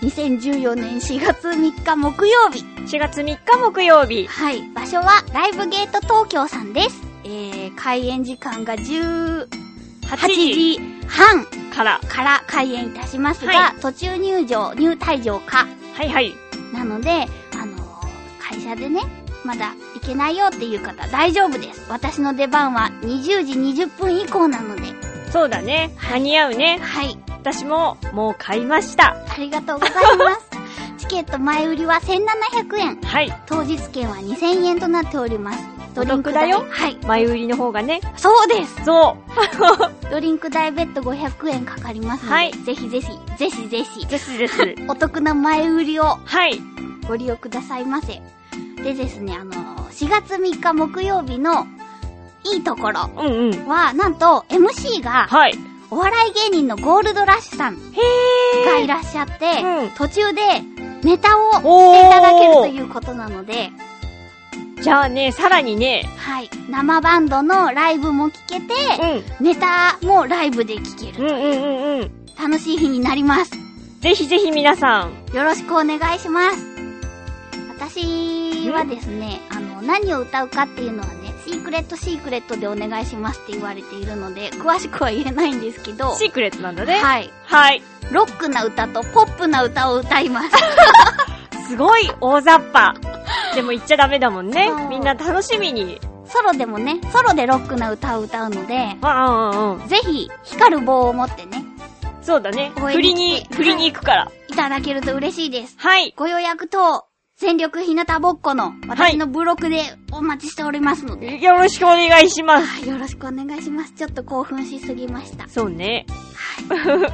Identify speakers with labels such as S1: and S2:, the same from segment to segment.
S1: 2014年4月3日木曜日。
S2: ん4月3日木曜日
S1: はい。場所はライブゲート東京さんです。えー、開演時間が18
S2: 8時
S1: 時半
S2: から
S1: から開演いたしますが、
S2: は
S1: 途中入場、入退場か
S2: はいはい
S1: なので、あの会社でね、まだ行けないよっていう方大丈夫です。私の出番は20時20分以降なので。
S2: そうだね間に合うね
S1: はい。
S2: 私ももう買いました
S1: ありがとうござい ます。チケット前売りは1700円。
S2: はい
S1: 当日券は2000円となっております。ドリンク
S2: お
S1: 代。
S2: 得
S1: はい。
S2: 前売りの方がね
S1: そうです。
S2: そ
S1: ドリンク代別途500円かかりますので、
S2: はい
S1: ぜひぜひ、ぜひぜひ
S2: う、です です
S1: お得な前売りを
S2: はい
S1: ご利用くださいませ。でですね、あの4月3日木曜日のいいところ
S2: うんうん
S1: は、なんと MC が
S2: はいへ
S1: お笑い芸人のゴールドラッシュさんがいらっしゃって、
S2: うん
S1: 途中でネタをして
S2: おー
S1: いただけるということなので、
S2: じゃあねさらにね
S1: はい、生バンドのライブも聞けて、
S2: う
S1: ネタもライブで聞け
S2: ん
S1: る。
S2: うんうんうんうん
S1: 楽しい日になります。
S2: ぜひぜひ皆さん
S1: よろしくお願いします。私はですね、あの、何を歌うかっていうのはね、シークレットシークレットでお願いしますって言われているので、詳しくは言えないんですけど、
S2: シークレットなんだね
S1: はい。
S2: はい
S1: ロックな歌とポップな歌を歌います。
S2: すごい大雑把。でも言っちゃダメだもんね
S1: そう。
S2: みんな楽しみに。
S1: ソロでもね、ソロでロックな歌を歌うので、
S2: あうんうんうん。
S1: ぜひ、光る棒を持ってね、
S2: そうだね。
S1: 応援
S2: 振り
S1: に来
S2: に
S1: て、
S2: 振りに行くから。
S1: いただけると嬉しいです。
S2: はい。
S1: ご予約と、全力ひなたぼっこの、私のブログでお待ちしておりますので、
S2: よろしくお願いします。
S1: はい、よろしくお願いします。ちょっと興奮しすぎました。
S2: そうね。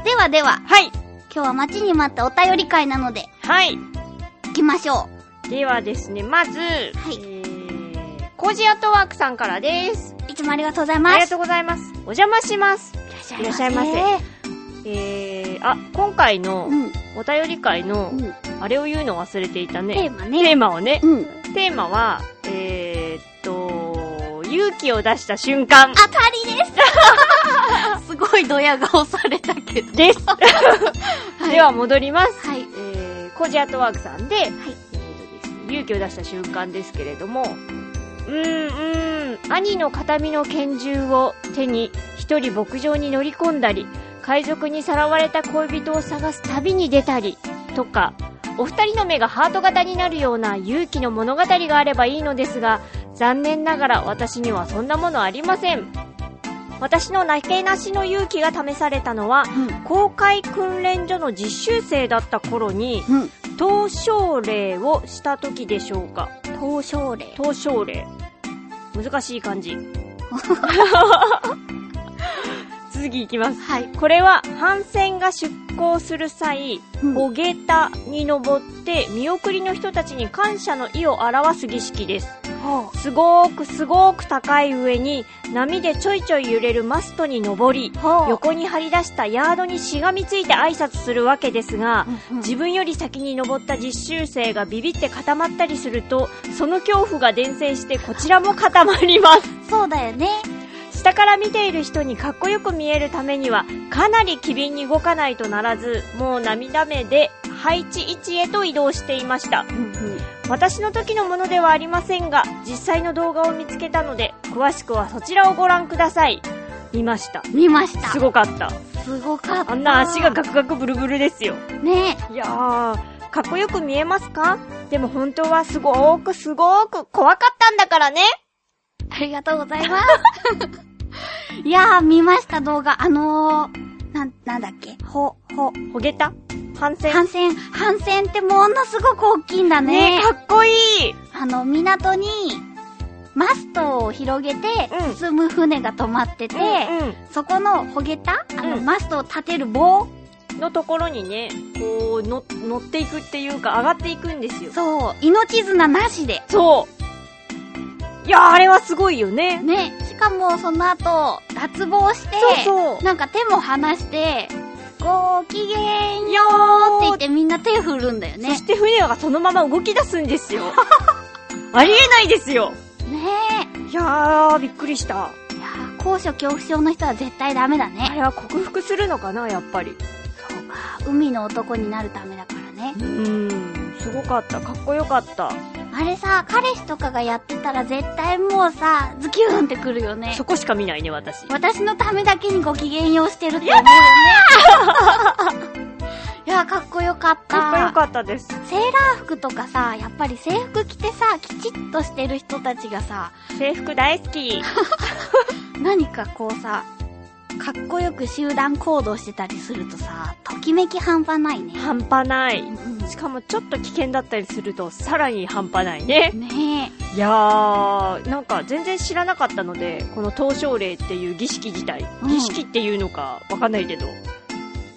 S1: ではでは、
S2: はい。
S1: 今日は待ちに待ったお便り会なので、
S2: はい。
S1: 行きましょ
S2: ではですね、まず、え
S1: い
S2: ーコージアットワークさんからです。
S1: う。いつもありがとうござい
S2: あ
S1: ま
S2: りが
S1: す。
S2: とうございます。お邪魔します。
S1: い
S2: い
S1: ら
S2: ら
S1: っ
S2: っ
S1: し
S2: し
S1: ゃ
S2: ゃ
S1: い
S2: い
S1: ま
S2: ま
S1: せ。
S2: せえー、あ、今回の
S1: うん、
S2: お便り会の、
S1: うん。
S2: あれを言うの忘れていたね。
S1: テーマ
S2: テ
S1: ね。
S2: ーマをね、
S1: うん。
S2: テーマは、えー、っと、勇気を出した瞬間
S1: 当たりですすごいドヤ顔されたけど。
S2: です。
S1: い
S2: では戻ります。
S1: はい。
S2: えー、コージアートワークさんで、えーとですね勇気を出した瞬間ですけれども、うーん、うーん、兄の形見の拳銃を手に一人牧場に乗り込んだり、海賊にさらわれた恋人を探す旅に出たり、とか、お二人の目がハート型になるような勇気の物語があればいいのですが、残念ながら私にはそんなものありません。私のなけなしの勇気が試されたのは、
S1: うん。
S2: 公開訓練所の実習生だった頃に、
S1: うん。
S2: 投奨令をした時でしょうか。
S1: 東証令。
S2: 投奨令。難しい 漢字。次いきます。
S1: はい。
S2: これは、帆船が出港する際、
S1: うん
S2: お下駄に登って、見送りの人たちに感謝の意を表す儀式です。すごーくすごーく高い上に、波でちょいちょい揺れるマストに登り、
S1: ほ
S2: 横に張り出したヤードにしがみついて挨拶するわけですが、
S1: う。
S2: 自分より先に登った実習生がビビって固まったりすると、その恐怖が伝染してこちらも固まります。
S1: そうだよね。
S2: 下から見ている人にかっこよく見えるためには、かなり機敏に動かないとならず、もう涙目で配置位置へと移動していました。
S1: うんうん。
S2: 私の時のものではありませんが、実際の動画を見つけたので、詳しくはそちらをご覧ください。見ました。
S1: 見ました。
S2: すごかった。
S1: すごかった。
S2: あんな足がガクガクブルブルですよ。
S1: ね
S2: いやー、かっこよく見えますかでも本当はすごーくすごーく怖かったんだからね。
S1: ありがとうござい ます。いやー、見ました動画。あのー、なん、なんだっけ。ほ、ほ、
S2: ほげた反省
S1: 帆船、帆船ってものすごく大きいんだ
S2: ね
S1: ね。
S2: かっこいい
S1: あの、港に、マストを広げて
S2: うん、
S1: 進む船が止まってて、
S2: う
S1: そこのほげたあの、
S2: うん
S1: マストを立てる棒
S2: ん、のところにね、こう、の、乗っていくっていうか、上がっていくんですよ。
S1: そう、命綱なしで。
S2: そう。いやー、あれはすごいよね。
S1: ね、しかもその後、脱帽して、
S2: そうそう。
S1: なんか手も離して、ごきげんようって
S2: よー
S1: 言ってみんな手振るんだよ
S2: そ
S1: ね。
S2: して船がそのまま動き出すんで すよ。ありえないですよ。
S1: ね
S2: いやー、びっくりした。
S1: え。いやー高所恐怖症の人は絶対ダメだ
S2: あ
S1: ね。
S2: れは克服するのかな、やっぱり。
S1: そうか。海の男になるためだからね。
S2: うーん、すごかった。かっこよかった。
S1: あれさ、彼氏とかがやってたら絶対もうさ、ズキュンってくるよね
S2: そ。こしか見ないね、私。
S1: 私のためだけにご機嫌ようしてるって思うよね。いやー、かっこよかった。
S2: かっこよかったです。
S1: セーラー服とかさ、やっぱり制服着てさ、きちっとしてる人たちがさ、
S2: 制服大好き。
S1: 何かこうさ、かっこよく集団行動してたりするとさ、ときめき半端ないね。
S2: 半端ない。し
S1: う
S2: かもちょっと危険だったりすると、さらに半端ないね。
S1: ん、ね
S2: いやー、なんか全然知らなかったので、この東奨礼っていう儀式自体、
S1: うん
S2: 儀式っていうのかわかんないけど、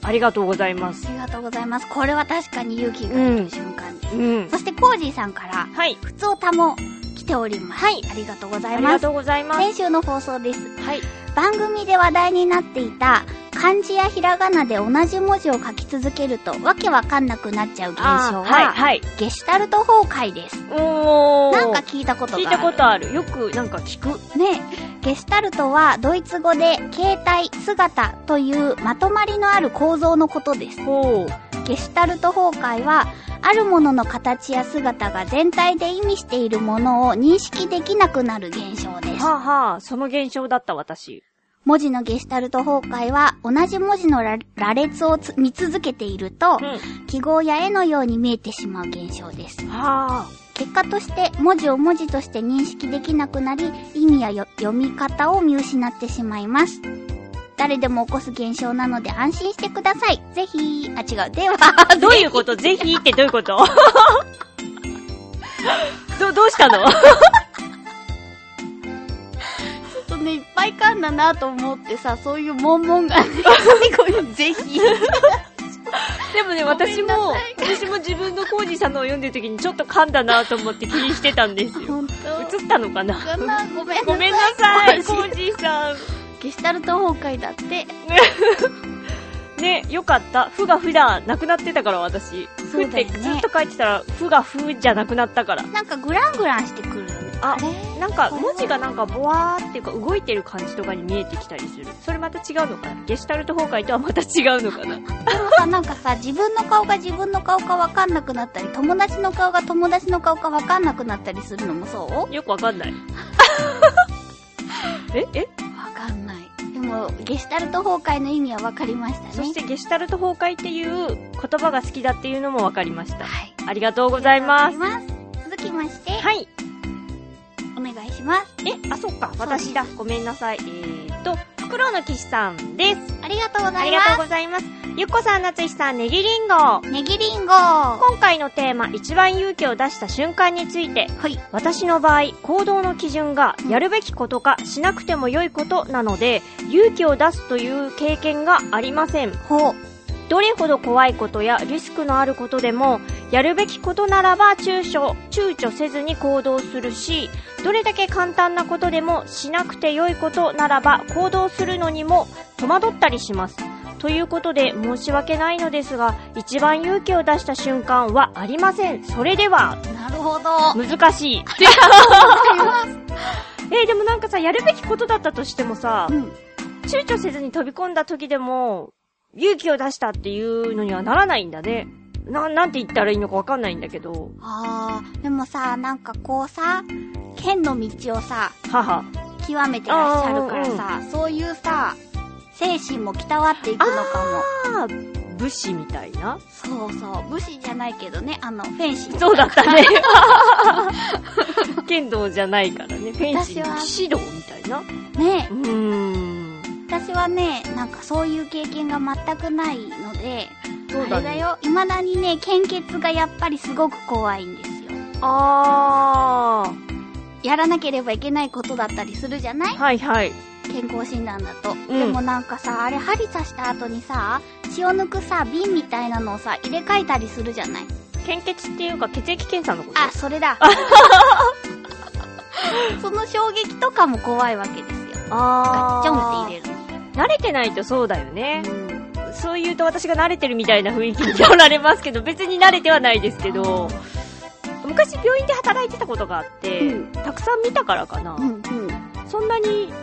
S2: ありがとうございま
S1: え、
S2: す
S1: あ。りがとうございます。これは確かに勇気がいる瞬間です。
S2: うん。
S1: そしてコージーさんから、
S2: はい。
S1: 普通たも来ております。
S2: はい
S1: ありがとうござ
S2: あ
S1: い
S2: り
S1: ま
S2: が
S1: す。
S2: とうございます。
S1: 先週の放送です。
S2: はい。
S1: 番組で話題になっていた漢字やひらがなで同じ文字を書き続けるとわけわかんなくなっちゃう現象
S2: あー
S1: は、
S2: はい、はい。
S1: ゲシュタルト崩壊です。
S2: おー。
S1: なんか聞いたことがあ
S2: 聞
S1: る。
S2: いたことある。よくなんか聞く。
S1: ねえゲシュタルトはドイツ語で形態、姿というまとまりのある構造のことです。
S2: ほう。
S1: ゲシュタルト崩壊はあるものの形や姿が全体で意味しているものを認識できなくなる現象です。
S2: はあはあ、その現象だった私。
S1: 文字のゲシュタルト崩壊は同じ文字の羅羅列をつ見続けていると
S2: うん。は
S1: 記号や絵のように見えてしまう現象です。
S2: あ。
S1: 結果として文字を文字として認識できなくなり意味やよ読み方を見失ってしまいます誰でも起こす現象なので安心してくださいぜひあ違うでは
S2: どういうことぜひってどういうこと ど、どうしたの
S1: ちょっとねいっぱい噛んだなと思ってさそういう悶々がねこれぜひ
S2: でもね、
S1: ごめんなさい
S2: 私も、私も自分のコージさんのを読んでる時にちょっと噛んだなと思って気にしてたんですよ。
S1: 本当
S2: 映ったのかな
S1: かなごめんなさい
S2: ごめんな さい、
S1: こ
S2: コ
S1: う
S2: ージさん。
S1: ゲシュタルト崩壊だって
S2: ね、よかった。ふがふだなくなってたから私。
S1: そう
S2: ふっ
S1: だ
S2: て
S1: よね
S2: ずっと書いてたら、ふがふじゃなくなったから。
S1: なんかグラングランしてくるよね
S2: あ
S1: れ
S2: なんか文字がなんかボワーっていうか動いてる感じとかに見えてきたりする。それまた違うのかなゲシュタルト崩壊とはまた違うのかな
S1: でもさ、なんかさ、自分の顔が自分の顔かわかんなくなったり、友達の顔が友達の顔かわかんなくなったりするのもそうわ
S2: よくわかん ない。ええ
S1: かんない。でも、ゲシュタルト崩壊の意味はわかりましたね。
S2: そしてゲシュタルト崩壊っていう言葉が好きだっていうのもわかりました。
S1: はい。
S2: ありがとうございま
S1: あ
S2: す。
S1: りがとうございます。続きまして、
S2: はい。
S1: お願いします。
S2: え、あ、そっか。私だ。ごめんなさい。えーっと、フクロウの騎士さんです。
S1: ありがとうござ
S2: あ
S1: い
S2: り
S1: ま
S2: が
S1: す。
S2: とうございます。ゆっこさん、なつひさん、ねぎりんご。
S1: ねぎりんご。は
S2: 今回のテーマ、一番勇気を出した瞬間について、
S1: い。
S2: 私の場合、行動の基準が
S1: う、ん
S2: やるべきことか、しなくても良いことなので、勇気を出すという経験がありません。
S1: ほう。
S2: どれほど怖いことやリスクのあることでも、やるべきことならば躊躇、躊躇せずに行動するし、どれだけ簡単なことでもしなくて良いことならば行動するのにも戸惑ったりします。ということで申し訳ないのですが、一番勇気を出した瞬間はありません。それでは、
S1: なるほど。わか
S2: 難しい。
S1: ります。
S2: えーでもなんかさ、やるべきことだったとしてもさ
S1: う、ん。
S2: 躊躇せずに飛び込んだ時でも、勇気を出したっていうのにはならないんだね。な、なんて言ったらいいのかわかんないんだけど。
S1: あー、でもさ、なんかこうさ、剣の道をさ、
S2: 母。
S1: 極めてらっしゃるからさ、そういうさ、精神も鍛わっていくのかも。
S2: ああ、武武士みたいな
S1: そうそう。武士じゃないけどね、あの、フェンシング。
S2: そうだったね。 剣道じゃないからね。フェンシング、
S1: 私は
S2: 騎士道みたいな。う
S1: ね
S2: ーん。
S1: 私はね、なんかそういう経験が全くないので、
S2: そう
S1: あ
S2: だ
S1: れだ
S2: ね。
S1: よ、未だにね、献血がやっぱりすごく怖いんですよ。
S2: あ
S1: やらなければいけないことだったりするじゃない
S2: ー。はいはい。
S1: 健康診断だと、
S2: ん
S1: でもなんかさあれ針刺した後にさ血を抜くさ瓶みたいなのをさ入れ替えたりするじゃない
S2: 献血っていうか血液検査のこと
S1: あそれ だその衝撃とかも怖いわけですよガ
S2: あ
S1: ッチョンって入
S2: 慣れてないとそうだよね
S1: れ。るの、
S2: そう言うと私が慣れてるみたいな雰囲気に取られますけど、別に慣れてはないですけど、昔病院で働いてたことがあって、
S1: うん
S2: たくさん見たからかな、
S1: うん、うんうん
S2: そんなに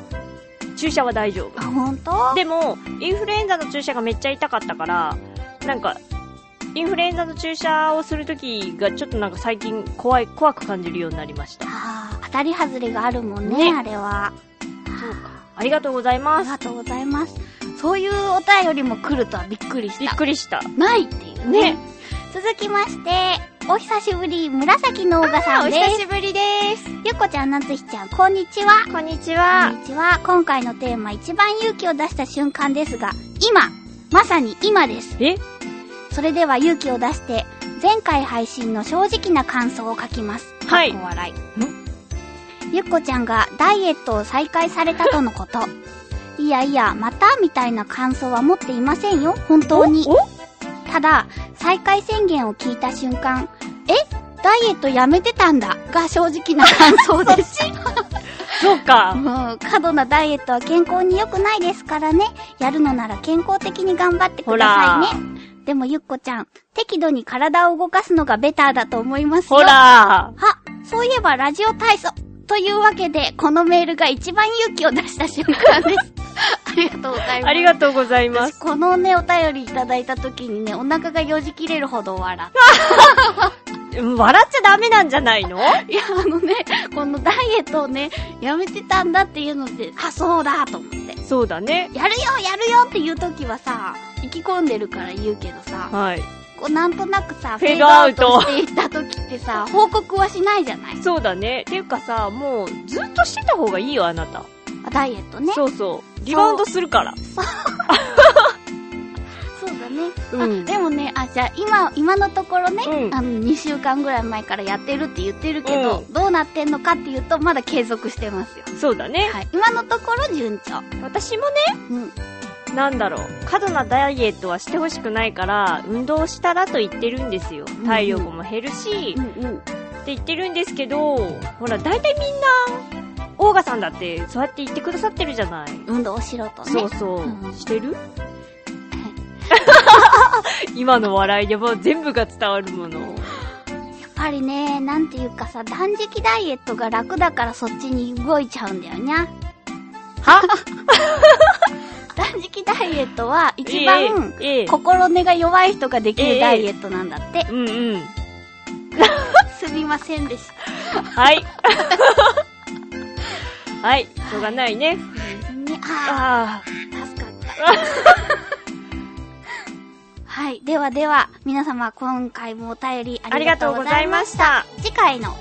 S2: 注射は大丈
S1: あ
S2: 夫。
S1: 本当
S2: でも、インフルエンザの注射がめっちゃ痛かったから、なんか、インフルエンザの注射をするときがちょっとなんか最近怖い、怖く感じるようになりました。
S1: あー当たり外れがあるもんね
S2: ね
S1: あれは
S2: そうか。ありがとうござい
S1: あ
S2: ま
S1: り
S2: す。
S1: がとうございますそういうお便りも来るとはびっくりし
S2: びったくりした。
S1: ないっていうね
S2: ね。
S1: 続きましてお久しぶり紫のオーガさ
S2: お
S1: んです
S2: 久しぶりです。
S1: ゆっこちゃん、なつひちゃん、こんにちは。
S2: こんにち
S1: こ
S2: は
S1: ん。にちは。今回のテーマ、一番勇気を出した瞬間ですが、今、まさに今です。
S2: え
S1: それでは勇気を出して、前回配信の正直な感想を書きます。
S2: はい
S1: かっこ笑い。ゆっこちゃんがダイエットを再開されたとの こと。いやいや、またみたいな感想は持っていませんよ、本当に。
S2: おお
S1: ただ、再開宣言を聞いた瞬間、えダイエットやめてたんだが正直な感想 です。
S2: そうか。
S1: もう、過度なダイエットは健康に良くないですからね。やるのなら健康的に頑張ってくださいね。でもゆっこちゃん、適度に体を動かすのがベターだと思いますよ。
S2: ほら
S1: あ、そういえばラジオ体操。というわけで、このメールが一番勇気を出した瞬間 です。ありがとうございます。
S2: ありがとうございま
S1: 私
S2: す。
S1: このね、お便りいただいた時にね、お腹がよじ切れるほど笑っ
S2: うん笑っちゃダメなんじゃないの
S1: た。いや、あのね、このダイエットをね、やめてたんだっていうので、あ、そうだと思って。
S2: そうだね。
S1: やるよやるよっていう時はさ、意気込んでるから言うけどさ、
S2: はい。
S1: こうなんとなくさ、
S2: フェードアウト
S1: フェードアウトしていった時って さ、報告はしないじゃない
S2: そうだね。っていうかさ、もうずっとしてた方がいいよ、あなた。
S1: あダイエットね。
S2: そうそう。リバウンドするから。
S1: そうだね、
S2: うん
S1: あ。でもね、あ、じゃあ今、今のところね、
S2: うん
S1: あの、2週間ぐらい前からやってるって言ってるけど、
S2: う
S1: どうなってんのかっていうと、まだ継続してますよ。
S2: そうだね。
S1: はい。今のところ順調。
S2: 私も
S1: うん。
S2: ね、なんだろう。過度なダイエットはしてほしくないから、運動したらと言ってるんですよ。体力も減るし、
S1: うんうん。
S2: って言ってるんですけど、ほら、大体みんな、オーガさんだって、そうやって言ってくださってるじゃない。
S1: 運動しろとね。
S2: そうそう。
S1: うん
S2: してる今の笑いでもう全部が伝わるもの。
S1: やっぱりね、なんていうかさ、断食ダイエットが楽だからそっちに動いちゃうんだよにゃ。
S2: は
S1: 断食ダイエットは一
S2: え
S1: 番
S2: えええ
S1: 心根が弱い人ができるダイエットなんだって。
S2: うんうん。
S1: すみませんでした。
S2: はい。 はい。しょうがないね。
S1: ね あ
S2: あ
S1: あ、助かった。 はい。ではでは、皆様今回もお便り
S2: あ。
S1: あ
S2: あ
S1: り
S2: り
S1: が
S2: が
S1: と
S2: と
S1: う
S2: う
S1: ご
S2: ご
S1: ざ
S2: ざ
S1: い
S2: い
S1: ま。
S2: ますした。
S1: 次回の、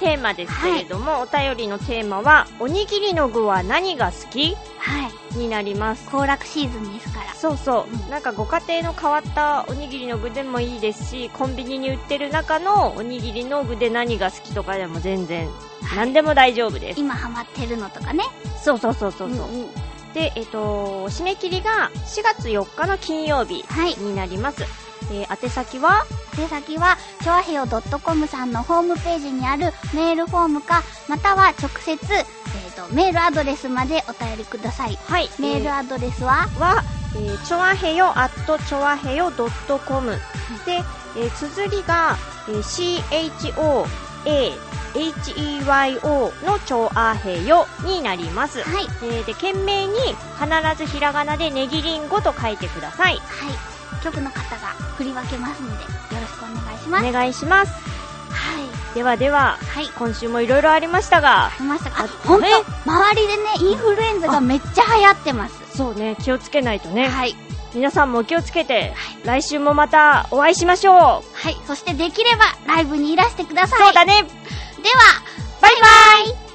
S2: テーマですけれども、お便りのテーマは、おにぎりの具は何が好き
S1: はい。
S2: になります。
S1: 行楽シーズンですから。
S2: そうそう、
S1: うん
S2: なんかご家庭の変わったおにぎりの具でもいいですしコンビニに売ってる中のおにぎりの具で何が好きとかでも全然何でも大丈夫です、
S1: 今ハマってるのとかね。
S2: そうそうそうそうそう、
S1: んん
S2: でえっ、と締め切りが4月4日の金曜日
S1: はい。
S2: になります、えー宛先は
S1: 宛先は、ちょあへよ .com さんのホームページにあるメールフォームか、または直接、えっ、と、メールアドレスまでお便りください。
S2: はい
S1: メールアドレスは、
S2: は、えー、ちょわへよ at ちょわへよ .com で、えー、綴りが、えー、CHOAHEYO のちょわへよになります、
S1: はい、はい、
S2: えー、で件名に必ずひらがなでネギリンゴと書いてください
S1: 局の方が振り分けますので、よろしくお願いし
S2: お
S1: ます。
S2: 願いします
S1: はい、
S2: ではでは
S1: はい、
S2: 今週もいろいろありましたが
S1: 来ましたか
S2: あ
S1: あ、ほんと
S2: え
S1: 周りでね、インフルエンザがめっちゃ流行ってます。
S2: そうね気をつけないとね
S1: はい、
S2: 皆さんもお気をつけて、来週もまたお会いしまし
S1: は
S2: ょ
S1: い、そしてできればライブにいらしてくだ
S2: う。
S1: さい。
S2: そうだね。
S1: では、バイバイ